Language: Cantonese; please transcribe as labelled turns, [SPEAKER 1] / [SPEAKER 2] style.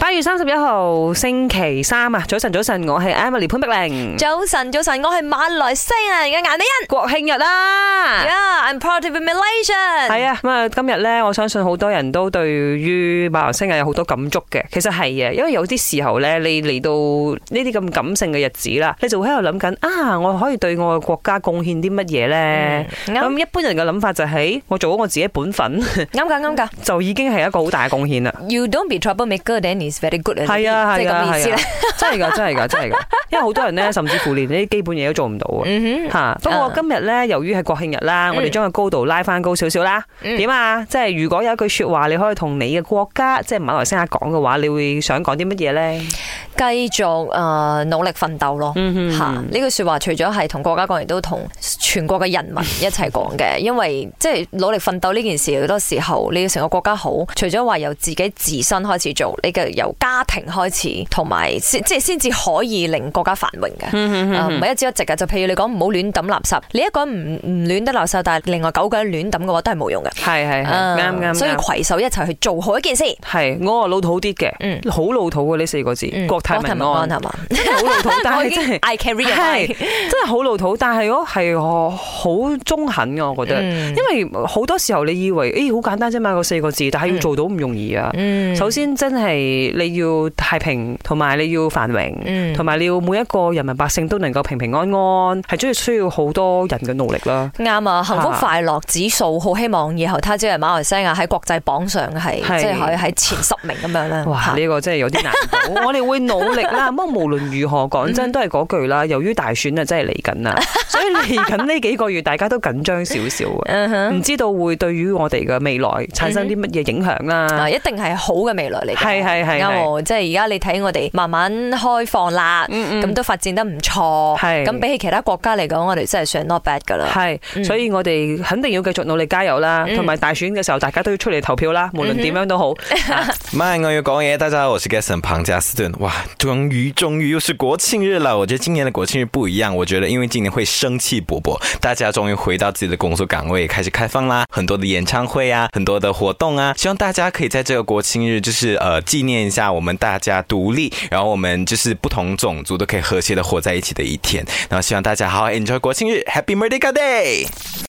[SPEAKER 1] 八月三十一號星期三啊，早晨早晨，我係 Emily 潘碧玲。
[SPEAKER 2] 早晨，早晨，我係馬來西亞人嘅顏美欣。
[SPEAKER 1] 國慶日啦，
[SPEAKER 2] Yeah，I'm proud to be Malaysian。
[SPEAKER 1] 啊係啊，咁啊，今日呢，我相信好多人都對於馬來西亞有好多感觸嘅。其實係嘅，因為有啲時候呢，你嚟到呢啲咁感性嘅日子啦，你就會喺度諗緊啊，我可以對我嘅國家貢獻啲乜嘢呢？咁、
[SPEAKER 2] 嗯啱
[SPEAKER 1] 一般人嘅諗法就係、我做好我自己本分
[SPEAKER 2] 啱噶，啱噶。
[SPEAKER 1] 就已經係一個好大嘅貢獻啦。
[SPEAKER 2] You don't be troublemaker，then is very good
[SPEAKER 1] 係啊
[SPEAKER 2] 即係
[SPEAKER 1] 係
[SPEAKER 2] 咁
[SPEAKER 1] 啊
[SPEAKER 2] 意思
[SPEAKER 1] 係
[SPEAKER 2] 咧
[SPEAKER 1] 啊。，真係噶真係噶真係噶，因為好多人咧甚至乎連呢啲基本嘢都做唔到啊。
[SPEAKER 2] 嗯哼，
[SPEAKER 1] 吓，不過
[SPEAKER 2] 啊
[SPEAKER 1] 今日咧，由於係國慶日啦，
[SPEAKER 2] 嗯
[SPEAKER 1] 我哋將個高度拉翻高少少啦。
[SPEAKER 2] 嗯
[SPEAKER 1] 點啊？即係如果有一句说話，你可以同你嘅國家，即係馬來西亞講嘅話，你會想講啲乜嘢咧？
[SPEAKER 2] 繼續誒努力奮鬥咯。
[SPEAKER 1] 嗯
[SPEAKER 2] 吓呢句说話除咗係同國家講，亦都同全國嘅人民一齊講 嘅，因為即係努力奮鬥呢件事，好多時候你要成個國家好，除咗話由自己自身開始做，你嘅由家庭開始，同埋先即係先至可以令國家繁榮嘅。
[SPEAKER 1] 嗯
[SPEAKER 2] 啊唔係一朝一夕嘅，就譬如你講唔好亂抌垃圾，你一個人唔唔亂得垃圾，但係另外九個人亂抌嘅話都係冇用嘅。
[SPEAKER 1] 係嗯係係啱啱
[SPEAKER 2] 啊所以
[SPEAKER 1] 啱
[SPEAKER 2] 攜手一齊去做好一件事。
[SPEAKER 1] 係我話老土啲嘅，
[SPEAKER 2] 嗯
[SPEAKER 1] 好老土嘅呢四個字，
[SPEAKER 2] 嗯
[SPEAKER 1] 國泰民安，
[SPEAKER 2] 係嘛？
[SPEAKER 1] 真係好老土，但
[SPEAKER 2] 我已
[SPEAKER 1] 係真
[SPEAKER 2] 經
[SPEAKER 1] 係
[SPEAKER 2] I carry
[SPEAKER 1] 係
[SPEAKER 2] a
[SPEAKER 1] 真係好老土，但係我係我好中肯嘅，我覺得。
[SPEAKER 2] 嗯
[SPEAKER 1] 因為好多時候你以為誒好簡單啫嘛，個四個字，但係要做到唔容易啊。
[SPEAKER 2] 嗯
[SPEAKER 1] 首先真係你要太平，同埋你要繁榮，
[SPEAKER 2] 嗯
[SPEAKER 1] 同埋你要每一個人民百姓都能夠平平安安，係真係需要好多人嘅努力啦。
[SPEAKER 2] 啱啊！幸福
[SPEAKER 1] 嚇
[SPEAKER 2] 快樂指數好希望以後他朝日馬來西亞喺國際榜上係
[SPEAKER 1] 係
[SPEAKER 2] 即係可以喺前十名咁樣啦。
[SPEAKER 1] 哇！
[SPEAKER 2] 嗯嚇
[SPEAKER 1] 呢、個真係有啲難 度，我哋會努力啦。不過無論如何，講
[SPEAKER 2] 嗯
[SPEAKER 1] 真都係嗰句啦。由於大選啊，真係嚟緊 啦，所以嚟緊呢幾個月大家都緊張少少啊。
[SPEAKER 2] 嗯哼
[SPEAKER 1] 唔知道會對於我哋嘅未來產生啲乜嘢影響啦
[SPEAKER 2] 啊，。一定係好嘅未來嚟嘅，
[SPEAKER 1] 係係係
[SPEAKER 2] 啱喎即係而家你睇我哋慢慢開放啦，
[SPEAKER 1] 嗯
[SPEAKER 2] 咁都發展得唔錯，
[SPEAKER 1] 係
[SPEAKER 2] 咁比起其他國家嚟講，我哋真係算 not bad 噶啦。
[SPEAKER 1] 係，所以我哋肯定要繼續努力加油啦，
[SPEAKER 2] 嗯
[SPEAKER 1] 同埋大選嘅時候，大家都要出嚟投票啦，無論點樣都好。
[SPEAKER 3] 慢，我有講嘢。大家好，我是 Gaston 庞加斯顿。哇，终于终于又是国庆日了。我觉得今年的国庆日不一样，我觉得因为今年会生气勃勃，大家终于回到自己的工作岗位，开始开放啦，很多的演唱会啊，很多的活动啊，希望大家可以在这个国庆日就是呃纪念一下我们大家独立，然后我们就是不同种族都可以和谐的活在一起的一天。然后希望大家好好 enjoy 国庆日，Happy Merdeka Day。